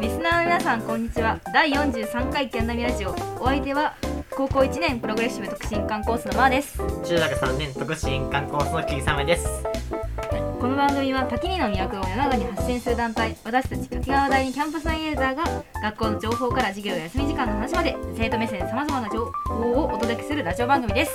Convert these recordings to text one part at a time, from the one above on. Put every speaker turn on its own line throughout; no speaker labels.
リスナーの皆さんこんにちは第43回キャンナミラジオお相手は高校1年プログレッシブ特進館コースのまーです
中学3年特進観光の霧雨です
この番組は滝にの都を世の中に発信する団体私たち滝川第二キャンパスナイエーザーが学校の情報から授業や休み時間の話まで生徒目線さまざまな情報をお届けするラジオ番組です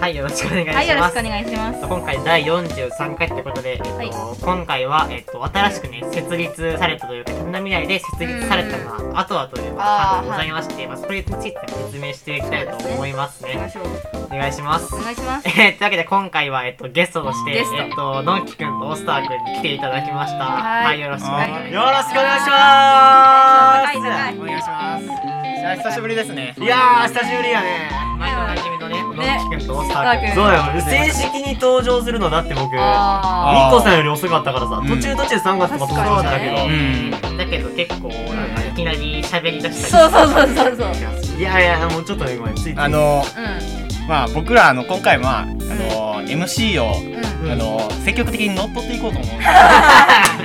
はいよろしくお願いします、
はいよろしくお願いします
今回第43回ってことで、えっと
はい
今回は、えっと、新しくね設立されたというか神田未来で設立されたのは後々という
あー
かございまして、まあ、それについて説明していきたいと思います
行きま
ね
しょう
お願いします
お願いします
えーというわけで今回は、えっと、ゲストとして、
ゲスト
えっと、のんきくんとオスターくんに来ていただきました。
はい
はい、よろしくお願いします。
よろしくお願いし
お願い
ま
し
す。
ます
お願いします。いや久しぶりですね。
いやー、久しぶりやね。前のおなじみのね、
ね
のんきくんとオスターくん。
そう
だよ正式に登場するのだって僕日
あ
光さんより遅かったからさ、
うん
途中途中3月とか登場したけ
確か
ど、
に
うん。
だけど結構なんかいきなり喋り出
ー
したり
そうそうそうそうそう
いやいやもうちょっとねごめんついて
あの
う
まあ僕らあの今回まああの MC を
んうん
あの積極的に乗っ取っていこうと思うんで。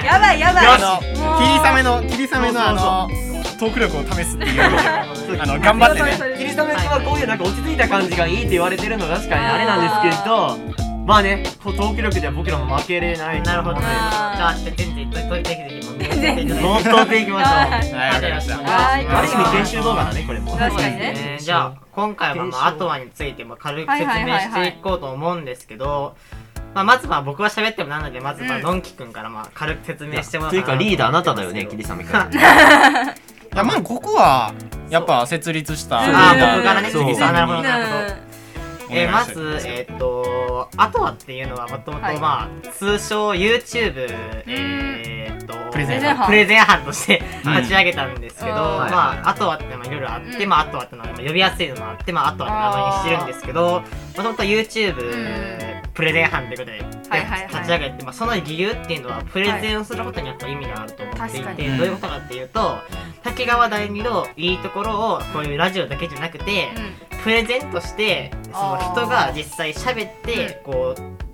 やばいやばい
あの
もう
霧雨の霧雨のあのトーク力を試すっていう意味であの頑張ってね。
霧雨君はこういうなんか落ち着いた感じがいいって言われてるの確かにあれなんですけどまあねこうトーク力では僕らも負けれない
なるほどねじ
あー
ゃあ全然ぜひぜひ
ノンストっていきましょ
は
う
い
はいわかりました。
はい
ある意味研修動画だねこれも
確かにね
じゃあ今回はまあアトワについても軽く説明していこうと思うんですけどまあまずまあ僕は喋ってもなんでまずまあのんきくんからまあ軽く説明してもら
というかリーダーあなただよね霧
霧
雨君
いやまあここはやっぱ設立した。
そう
ああ
ー
僕からね
そう
次さんなるほどなるほどえーま
お願
ず
いし、
えーっと、あとはっていうのはもとも
は
と、
い
まあ、通称 YouTube、えーっと、
プレゼン
班
プレゼン班として
うん
立ち上げたんですけど、
うん
まあ、あとはって、まあ、いろいろあっ
う
て、
ん
まあ、あとはってのは、まあ呼びやすいのもあって、まあ、あとはって名前にしてるんですけど、もともと YouTube、プレゼン班ということで、
はいはいはい
立ち上げて、まあ、その理由っていうのは、プレゼンをすることにやっぱ意味があると思ってい
はい
て、
確かに
どういうことかっていうと、滝川第二のいいところを、こういうラジオだけじゃなくて、プレゼントしてその
あー
人が実際喋ってこ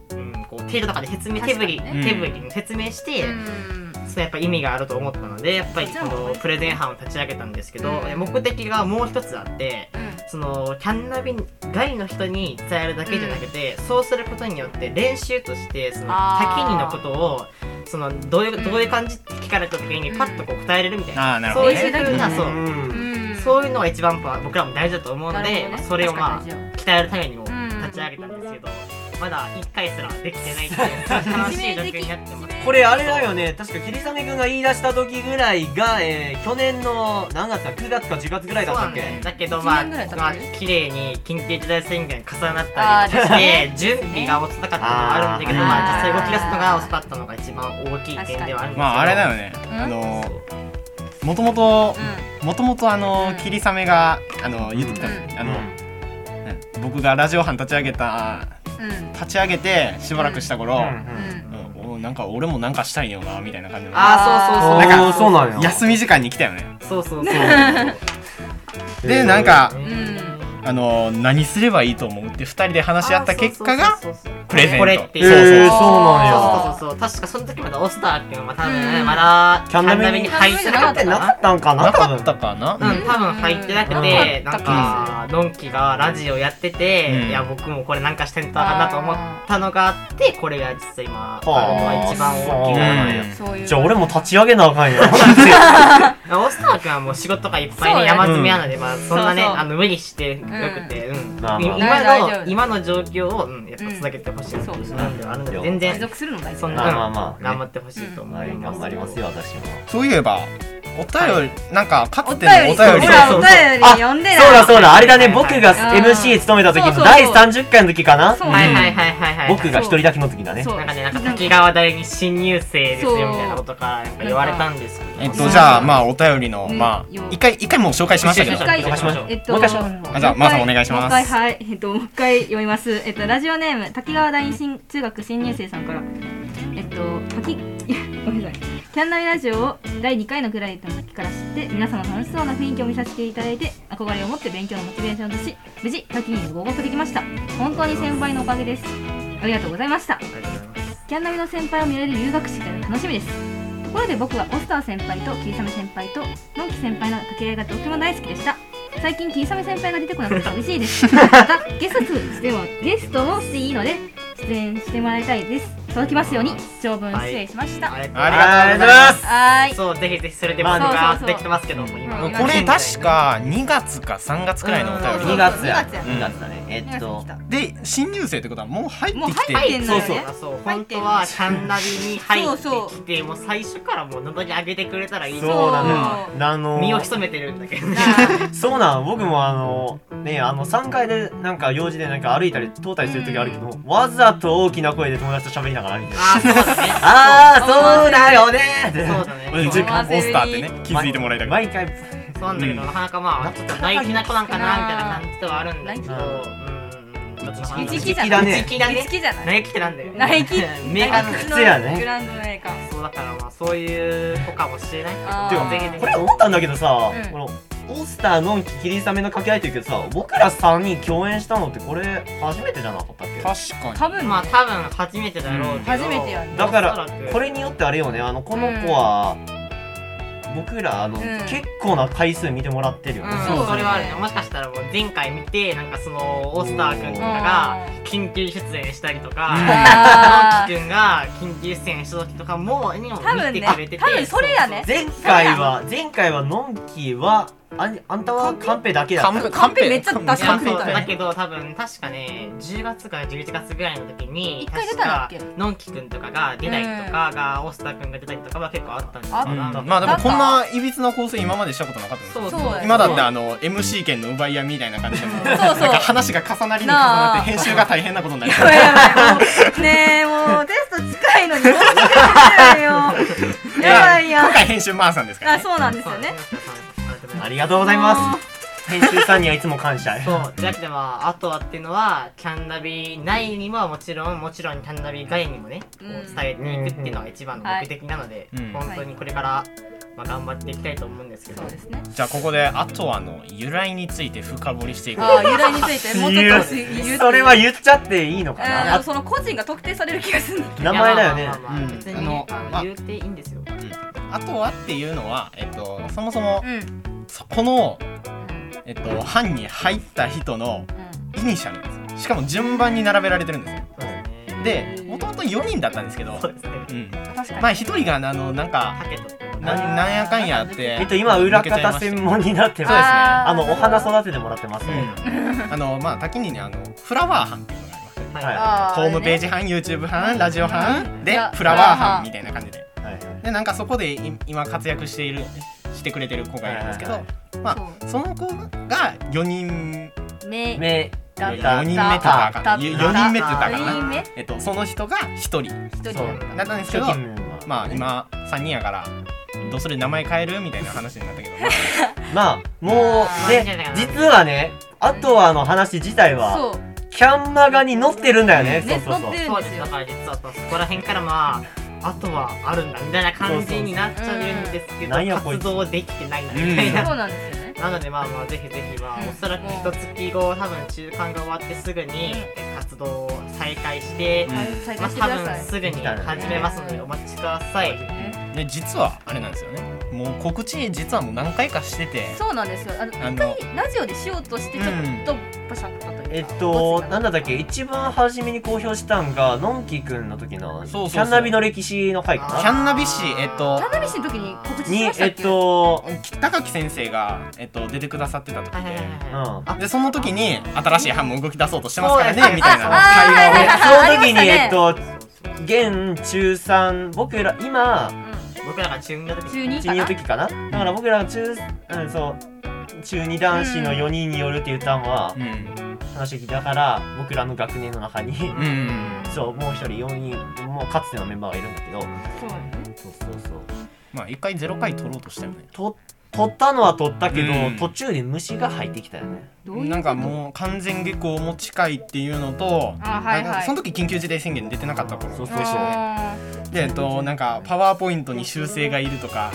う、うん、こう手とかで説明手
確か
振
に
り、
ね
手振りに説明して、
うん
そうやっぱ意味があると思ったのでやっぱりこのプレゼン班を立ち上げたんですけど、
うん
目的がもう一つあって
うん
そのキャンナビ外の人に伝えるだけじゃなくて、そうすることによって練習としてその
あー
滝にのことをそのどういう、
うん
どういう感じって聞かれた時にパッとこう答えれるみたいな、
ああなるほ
そう
ど
いう
ね。
風な、そうう。
うんん
そういうのが一番僕らも大事だと思うので、
なるほどね
まあそれをまあ
確かに
鍛えるためにも立ち上げたんですけど、まだ1回すらできてないっていう 楽しい状況になってます
これあれだよね確か霧雨君が言い出した時ぐらいが、えー去年の何月か9月か10月ぐらいだ
そうな
ったっ
ん
け
だよだけど
一
まあ
年ぐらい経ってる
まあ綺麗に緊急事態宣言重なったりとかして準備が遅かったのもあるんだけど
あー
まあ実際動き出すのが遅かったのが一番大きい点ではあるんですけど
まああれだよね。
ん
あのもともともともとあの霧雨があの言ってきたの、あの、うん僕がラジオ班立ち上げた
うんうん
立ち上げてしばらくした頃、
うん
うんおなんか俺もなんかしたいよなみたいな感じの
ああ
なんか
そうそうそう
なん
休み時間に来たよね
そうそうそう
でなんか
うん
あの何すればいいと思うって2人で話し合った結果が
そうそうそうそう
プレゼント
これって
え
いう
ー、そう
そう
なんや
そうそうそう確かその時まだオスターっていうのは多分ね、
うん
まだ
キャンナビに
入ってなか
な
っ
ったて
か
なか
な
ったんかな
なかったかな、
うん、多分入ってなくて、
うん
なんか、のんきがラジオやってて、
うん
いや、僕もこれなんかしてんとあかんなと思ったのがあって、これが実際今、
は
あの
あ
一番大き
う
い
ん
な。
そういう
じゃあ俺も立ち上げなあか んや
オスター君はもう仕事がいっぱい
そう
に
ね
山積みなので、まあ、そんなね、
そうそう
あの、無理してよくて、うん。
まあまあ
今
大丈
の、
夫
今の状況を、うん、やっぱ続けてほしいなっていうなんではあるので、
そう
全
持
然、
続するのがいい
そんな、
まあまあまあ
頑張ってほしいと思
はいい
ます。
頑張りますよ私も
そういえばお便り、なんかか
お
つ
便
ての
り
お
ほら
便
お
り
便
で
そうそう
り読んでな
そうだそうだあれだね
はい
僕
はい
が
あー
MC 務めた時
そうそうそ
の
う
第30回の時かな
そう
はいはいはいはいはい。
僕が一人だけの時だね
そう
なんかね、なんか滝川大に新入生です
そう
よみたいなことからなんか言われたんですけど。
えっとじゃあまあお便りの、
ね
まあ
よ
一回一回もう紹介しましたけど
一回
紹介しましょう
えっと、
もう一回しよ
あじゃあ
もう一
マー
回
さんお願いします
もう一回はい、えっと、もう一回読みます。えっと、ラジオネーム、滝川第二新中学新入生さんから。えっと、滝、 ごめんなさい。キャンナイラジオを第2回のぐらいの時から知って、皆様楽しそうな雰囲気を見させていただいて、憧れを持って勉強のモチベーションとし、無事、滝に合格できました。本当に先輩のおかげです。ありがとうございました。
ありがとうございます
キャンナビの先輩を見られる留学式が楽しみです。ところで僕はオスター先輩と霧雨先輩とのんき先輩の掛け合いがとっても大好きでした最近霧雨先輩が出てこなくて寂しいですまたゲストしてもゲストもしていいので出演してもらいたいです届きますように長文失礼しました、
ありがとう
あ
ござ
りがとうご
い
ざい
ま
ますす
はーい
そうぜひぜひそれで
まあ
僕
そうそう
が
そう
できてますけども今
うん
これ確か2月か3月くらいのお
そう
便
そう
り
2月や
二月や
2月だねえっと
で新入生ってことはもう入ってきて
もう入ってんの
そう
よ
そう
ね
そう
入っ
本
てる
当はキャンナビに入って
そう
きてもう最初からもう喉に上げてくれたらいい
そ
の
う
に
なの
あの
身を潜めてるんだけどね
そうなん僕もあのねあの3階でなんか用事でなんか歩いたり通ったりする時あるけど、わざと大きな声で友達と喋りながら歩いてる
ああ そうだね
ああそうだよねーって
そうだね
うん
そう
じゃあオスターってね気づいてもらいたくて
毎回
そうなんだけど、
うん
なかなかまあちょっと内気な子なんかなみたいな感じではあるんだけど
う
う
内
ん内
気
気
じゃ
だ
ない
ね
内 気だね
内気じゃない
内気ってなんだよ
内気
明確
内気
靴
の
やね
グランドのメーカー
そうだからまあそういう子かもしれないけ
あ
ど
ー
て
ぜ
か
ひぜひ
これ思ったんだけどさ、
うん
このオースターのんき霧雨の掛け合いというけどさ僕ら3人共演したのってこれ初めてじゃなかったっけ
確か
多分
まあ多分初めてだろうけど、
初めてやね
だか
おそ
ら
く
これによってあれよねあのこの子は、僕らあの、
うん
結構な回数見てもらってるよね、
うん
そう
そう
それはあるねもしかしたらもう前回見てなんかそのオースター君とか
う
が
ん
緊急出演したりとか
うん
直
あ
樹
ー
君が緊急出演した時とかもにも
多
見
分
て
ね
くれてて
多分それやね
前回は前回はのんきはあんあんたはカンペだけだった
カンペめっちゃ出
そう
し
そ
ま
う
くりたね
だけど多分確かね10月から11月ぐらいの時に
一回出
確
たんだっ
か
け
のんきくんとかが出たりとかがオースター君が出たりとかは結構あったんですよ
あ
に
った
うんまあでもこん
な
ないびつな構成今までしたことなかったです
そうそう
そうだよ
今だってあの MC 権の奪い合いみたいな感じでもう
そう
なん
そう
か話が重なりに重なって編集が大変なことになりそう
これやばいねえもうテスト近いのにもう近いよやばいや
今
ん
回編集マーさんですから
あ
ね
そうなんです
そう
よね
あ
あり
りがとうございます編集さんにはいつも感謝
そうじゃなくてまああとはっていうのはキャンナビ内にももちろんもちろんキャンナビ外にもね、こう
うん
伝えていくっていうのが一番の目的なので、
うん
本当にこれから、まあ、頑張っていきたいと思うんですけど、
そうですね
じゃあここであとはあの由来について深掘りしていく
ああ由来についてもうちょっと言う
それは言っちゃっていいのかな、
うんその個人が特定される気がするんだけ
名前だよね
いやまあまあまあ
うん
別にね、
あの
あの
まあ
言っていいんですよ
あとはっていうのはえっとそもそも
どうん
そこのえっと班に入った人のイニシャルなんですよしかも順番に並べられてるんですよ
そうですね
でもともと4人だったんですけど
そうですね
うん
確かに
まあ1人があのなんか
ハケと
ななんやかんやあって
えっと今裏方専門になってます
あー
あのお花育ててもらってます
う
ね、
んあのまあ多岐にねあのフラワー班っていうのがあります
はい、
は
あ
ホームページ班 YouTube 班ラジオ班でフラワー班みたいな感じで
はいはい
でなんかそこでい今活躍しているしてくれてる子がいるんですけど、
はいは
まあその子が4人
目
目
だ
4人目って言ったらあかん4人目って言ったらあかん
4人
な、
目
えっと、その人が1人
一人
そう
だったんですけどまあ今3人やからどうする名前変えるみたいな話になったけど、まあ
まあも
あ
う
ー
ね実はねあとはあの話自体は
そう
キャンマガに載ってるんだよね
ね
そうそうそ
載っ
う
てる
そうですだから実はそこら辺からまああとはあるんだみたいな感じになっちゃうんですけど
なんやこい
活
つ
動できてないなみたいな
そうなんですよね
なのでまあまあぜひぜひまあおそらく一月後多分中間が終わってすぐに活動を再開して、
うん
再開
まあ
して
多
くださ
分
い
すぐに始めますのでお待ちください。
で実はあれなんですよねもう告知実はもう何回かしてて
そうなんですよあの
あ
一
の
回ラジオでしようとしてちょっとパシャッととい
え
う
っ
か
となんだったっけ一番初めに公表したんがのんきくんの時のキ
そうそうそう
ャンナビの歴史の回
キ
か
キ
な
ャンナビ師えっと
田辺市の時に告知し
に
ました
え
っ
っ
け
と
高木先生が、えっと、出てくださってた時
はいはいはい
で。
はい。
でその時に新しい班も動き出そうとしてますからねみたいな
ああ
会話を
はいはい
その時
あ
に
りましたね
えっと現中3僕ら今
僕らが中二の時
中
に
二
中
かな
二の時かなだから僕ら中、うん、そう中二男子の4人によるって言ったんは、
うん
話を聞いたから僕らの学年の中に、
うんうん
そうもう一人4人もうかつてのメンバーがいるんだけど
そうだよね
そうそうそう
まあ一回ゼロ回取ろうとしたよね
と取ったのは取ったけど、
うん
途中で虫が入ってきたよね
どういうこと
なんかもう完全下校も近いっていうのと
あはいはい
なんかその時緊急事態宣言出てなかった頃
そうそうそう
あ
でえっとなんかパワーポイントに修正がいるとか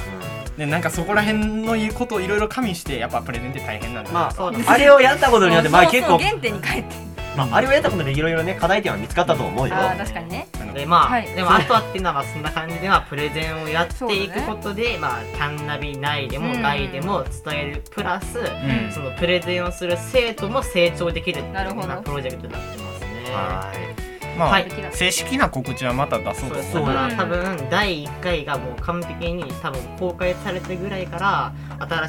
でなんかそこら辺のいうことをいろいろ加味してやっぱプレゼンって大変なんだな
ま
そうだね
ああれをやったことによってまあ
そう
結
そう
構
原点に帰って
まあ、あれをやったことでいろいろね課題点は見つかったと思うよ
あー確かにね
あの
でまあ、
はい
でもあとはっていうのはまあそんな感じでまあプレゼンをやっ
そうだ
て
ね
いくことで、まあキャンナビ内でも
うん
外でも伝えるプラス、
ん
そのプレゼンをする生徒も成長できるっていう
なるほど
まあプロジェクトになってますね。
はい
まあ、
はい
正式な告知はまた出そ
そうう
と
だ
思う
そう
な
だ、
うん
多分第1回がもう完璧に多分公開されてぐらいから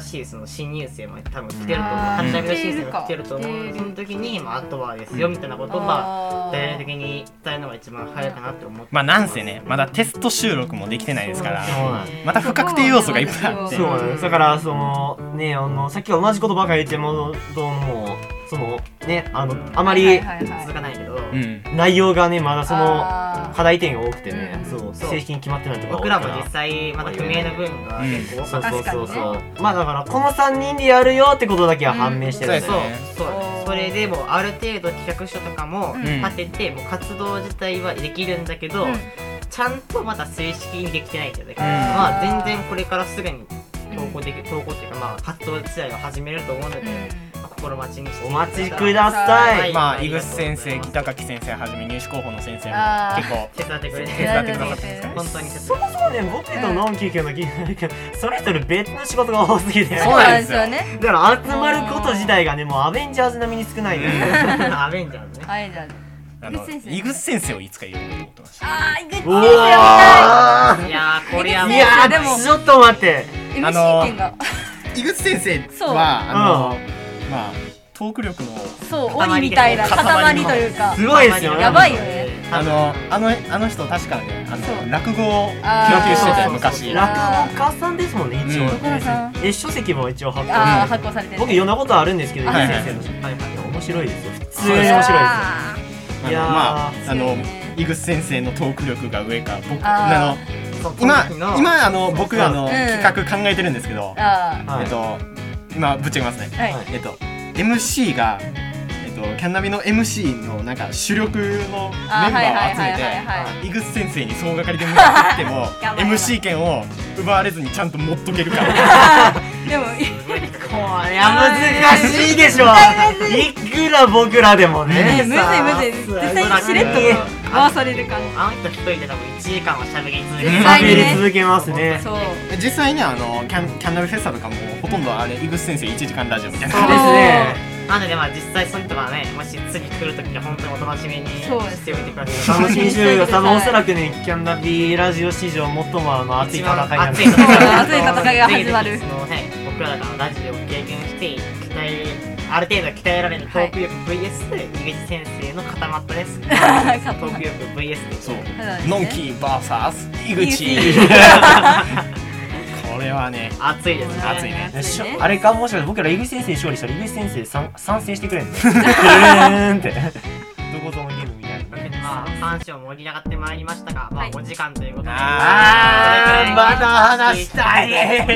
新しいその新入生も多分来てると思う
あー
初めの
来
新
て
生
る
も
か
来てると思
来
う
てる
その時に、まあ、あとはですよみたいなことをまあ
あ
大々的に伝えるのが一番早いかなって思って
まあなんせねまだテスト収録もできてないですから
そうなん
また不確定要素がいっぱいあって
そうなんですだからそのねあのさっきは同じことばかり言ってもどうもそのねあのあま
はい
り
はいはいはい
続かないけど、
うん
内容がねまだその
あー
課題点が多くてね
うん
そう
そう
正式に決まってないとこ
僕
ろ
ら
が多いか
も実際まだ不明な部分が結構多か
そ
っ
う
た
そうそう
確
そうまあだからこの3人でやるよってことだけは判明してるんで、
う
そ
ん
うそう
おー
それでもうある程度企画書とかも
うん
立てて、もう活動自体はできるんだけど、
うん
ちゃんとまだ正式にできてないっていうだけ、
うん
まあ全然これからすぐに投稿でき投稿っていうかまあ活動自体を始めると思うんだけど、
う
まあ心待ちにして
お待ちく
い
ださい、
はい
ま
あ
あ
り
井
がとう
口
ございま
先
す
生北垣先生はじめ入試候補の先生
あー
も
手
結構
伝ってくれ
手
て
伝ってくださってますから
本当に手伝って
そもそもね、僕とノンキー君の議論だけど、それぞれ別の仕事が多すぎて、
そう
だ
なんですよ
そうね
から集まること自体がね、もうアベンジャーズ並みに少ないね。
アベンジャ ーズね
あれじゃ
あの
井口先生
井口先生をいつか言うと思ってました
ああー、グッ
おー
ズや
いやーこれはも
いうや
でも
ー、ちょっと待って。
りたい
あの
MC 権が
井口先生
そう
はあのまあトーク力の
そう、
塊
鬼みたいな塊
塊
というか
すごいですよね。
やばいよね
あのあのあの人確かねあ
そう
の落語を
あー
研究してて
そう
昔
そう
落語家さんですもんね、一応
うん。
所さん
え、書籍も一応発表。
ああ、発行されてる
僕、いろんなことあるんですけど、井口
はい
先生の書籍面白いですよ。普通に
そ
面
う
白いですよ。
あの
いやー
まああ
強
の
いね
井口先生のトーク力が上か僕
あー
あの今今あの僕あの
ん
企画考えてるんですけど
あ
はい
えっと今ぶっちゃけますね
あ、はい
は
えっと MC がえっとキャンナビの MC のなんか主力のメンバ
あーはいは
ー
いはいはい
を集めて
はい
井口先生に総掛かりで向 かっても
やばいやばい
MC 権を奪われずにちゃんと持っとける から
でも、
これ
いや、難しいでしょ。いくら僕らでも
ね
ね。
むずいむずい絶対しれっと回される感
あの人一人で多分1時間は喋り続け
絶対に
喋
ね
り続けますね
じ。そう
実際にあのキャンキャンナビフェスタとかもほとんどあれ井口先生1時間ラジオみたい
そう
な
です
ね
なのでまあ実際そういう人がねもし次来るときは本当にお楽しみに
そうです
しておいてください
楽しみにしてるよ多分おそらくねキャンダビーラジオ史上最もあの熱い戦いなん
熱
で
い
す
戦い
そう熱い戦いが始まる
ぜひぜひその、ね、僕らだからラジオを経験して鍛えある程度鍛えられるトーク力 VS、井口先生の固まっ たですトーク力 VS です
そう
そうだね
のんき VS 井口
井
これはね
熱いですね
熱いね
熱いね
あれかもしかして僕ら井口先生に勝利したら井口先生参参戦してくれ んのブルーンってどこぞのゲームみたいな
まあ話を盛り上がってまいりましたが、ま
は
あ
い
お時間ということで、
あ
ー
これくらいに
まだ話したいね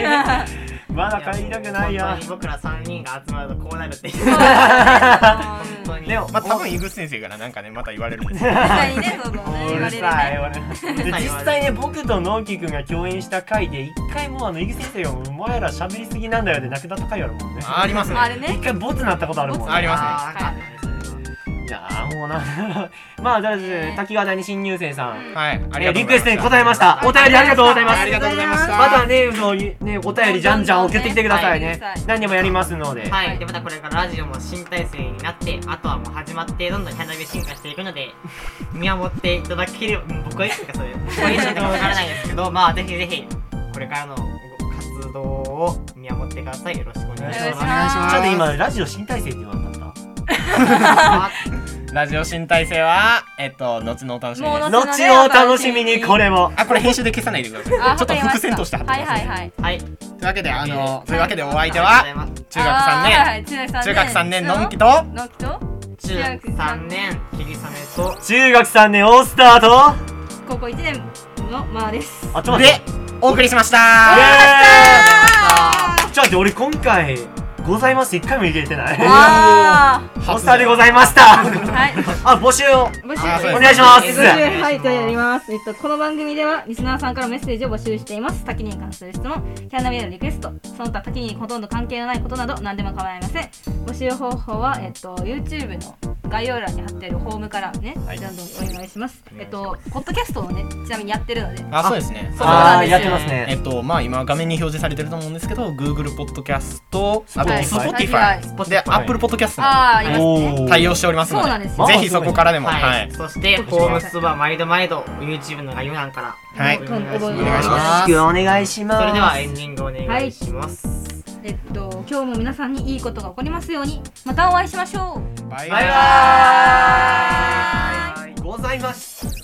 ま
い
だ
や
帰りたくない
本
や
当に僕ら三人が集まるとこうなるっていう
そう
本
だね
当に
でも
まあ多分井口先生からなんかねまた言われるんですよ
実際にね、そうそう ね
う
言わ
る
れる
さい
ね
俺で実際ね僕と直樹くんが共演した回で一回もうあの井口先生が「お前ら喋りすぎなんだよ」で亡くなった回あるもんね
ありますね
あれ
一
ね、
回ボツになったことあるもんね
ありますね
あーわかんないです
いやーもうなまあだって滝川第新入生さん
はいあり
え
が
ー
とう
リ
ご
ク
ざいます
エストに答えましたお便りありがとうございます
ありがとうございました
まだねそういうねお便りじゃんじゃん送ってきてくださいね
はい
何でもやりますので
はい、でまたこれからラジオも新体制になってあとはもう始まってどんどんキャナビ進化していくので見守っていただければうん僕はいつかそういう僕はいつかわからないですけどまあぜひぜひこれからの活動を見守ってくださいよろしくお願いし
お願いし
ます
ます
ちょっと今ラジオ新体制って言わなかった
ラジオ新体制はえっと後のお楽しみ
も
で
う
す
後
後のお楽しみにこれも
あこれ編集で消さないでください
あ
ちょっと伏線として貼ってください、
はいはいはい
はい
というわけであのというわけでお
お
相手は中学3
あーはい
年
はい中学
中学3年のんき
と
と
のんきと
中学3年キリサメと
中学3年オースターと
高校一年のまーです
あちょっと待って
でお送りしました
イエーイちょっと待って俺今回ございます一回も入れてない
あ
オースターでございました
ーはい
あ募集を
募
あーそう
集
です
お願いします
募集はい、とやります。えっと、この番組では、リスナーさんからメッセージを募集しています。滝に関する質問、キャンナビへのリクエスト、その他滝にほとんど関係のないことなど、何でも構いません。募集方法は、えっと、YouTube の概要欄に貼ってあるホームからね、
はい
どんどんお願いします。
お
え
願い
っ
しま
と、ポッドキャストをね、ちなみにやってるので、
あそうですね
そうなんですよ
あーやってます
え
ね
っとまあ今画面に表示されてると思うんですけど Google ポッドキャストあと
はい
Spotify で Apple ポッドキャストも
あーありますね。
おー
対応しておりますの
そう
で
なんですよ。
ぜひそこからでもはい、
はい、そして、ホームスは毎度毎度 YouTube の概要欄から
はい
お願いし
お
お願いし
ます。
ます
よろしくお願いします
それではエンディングお願いします。
えっと、今日も皆さんにいいことが起こりますように、またお会いしましょう。
バイ
バイバーイ
ございます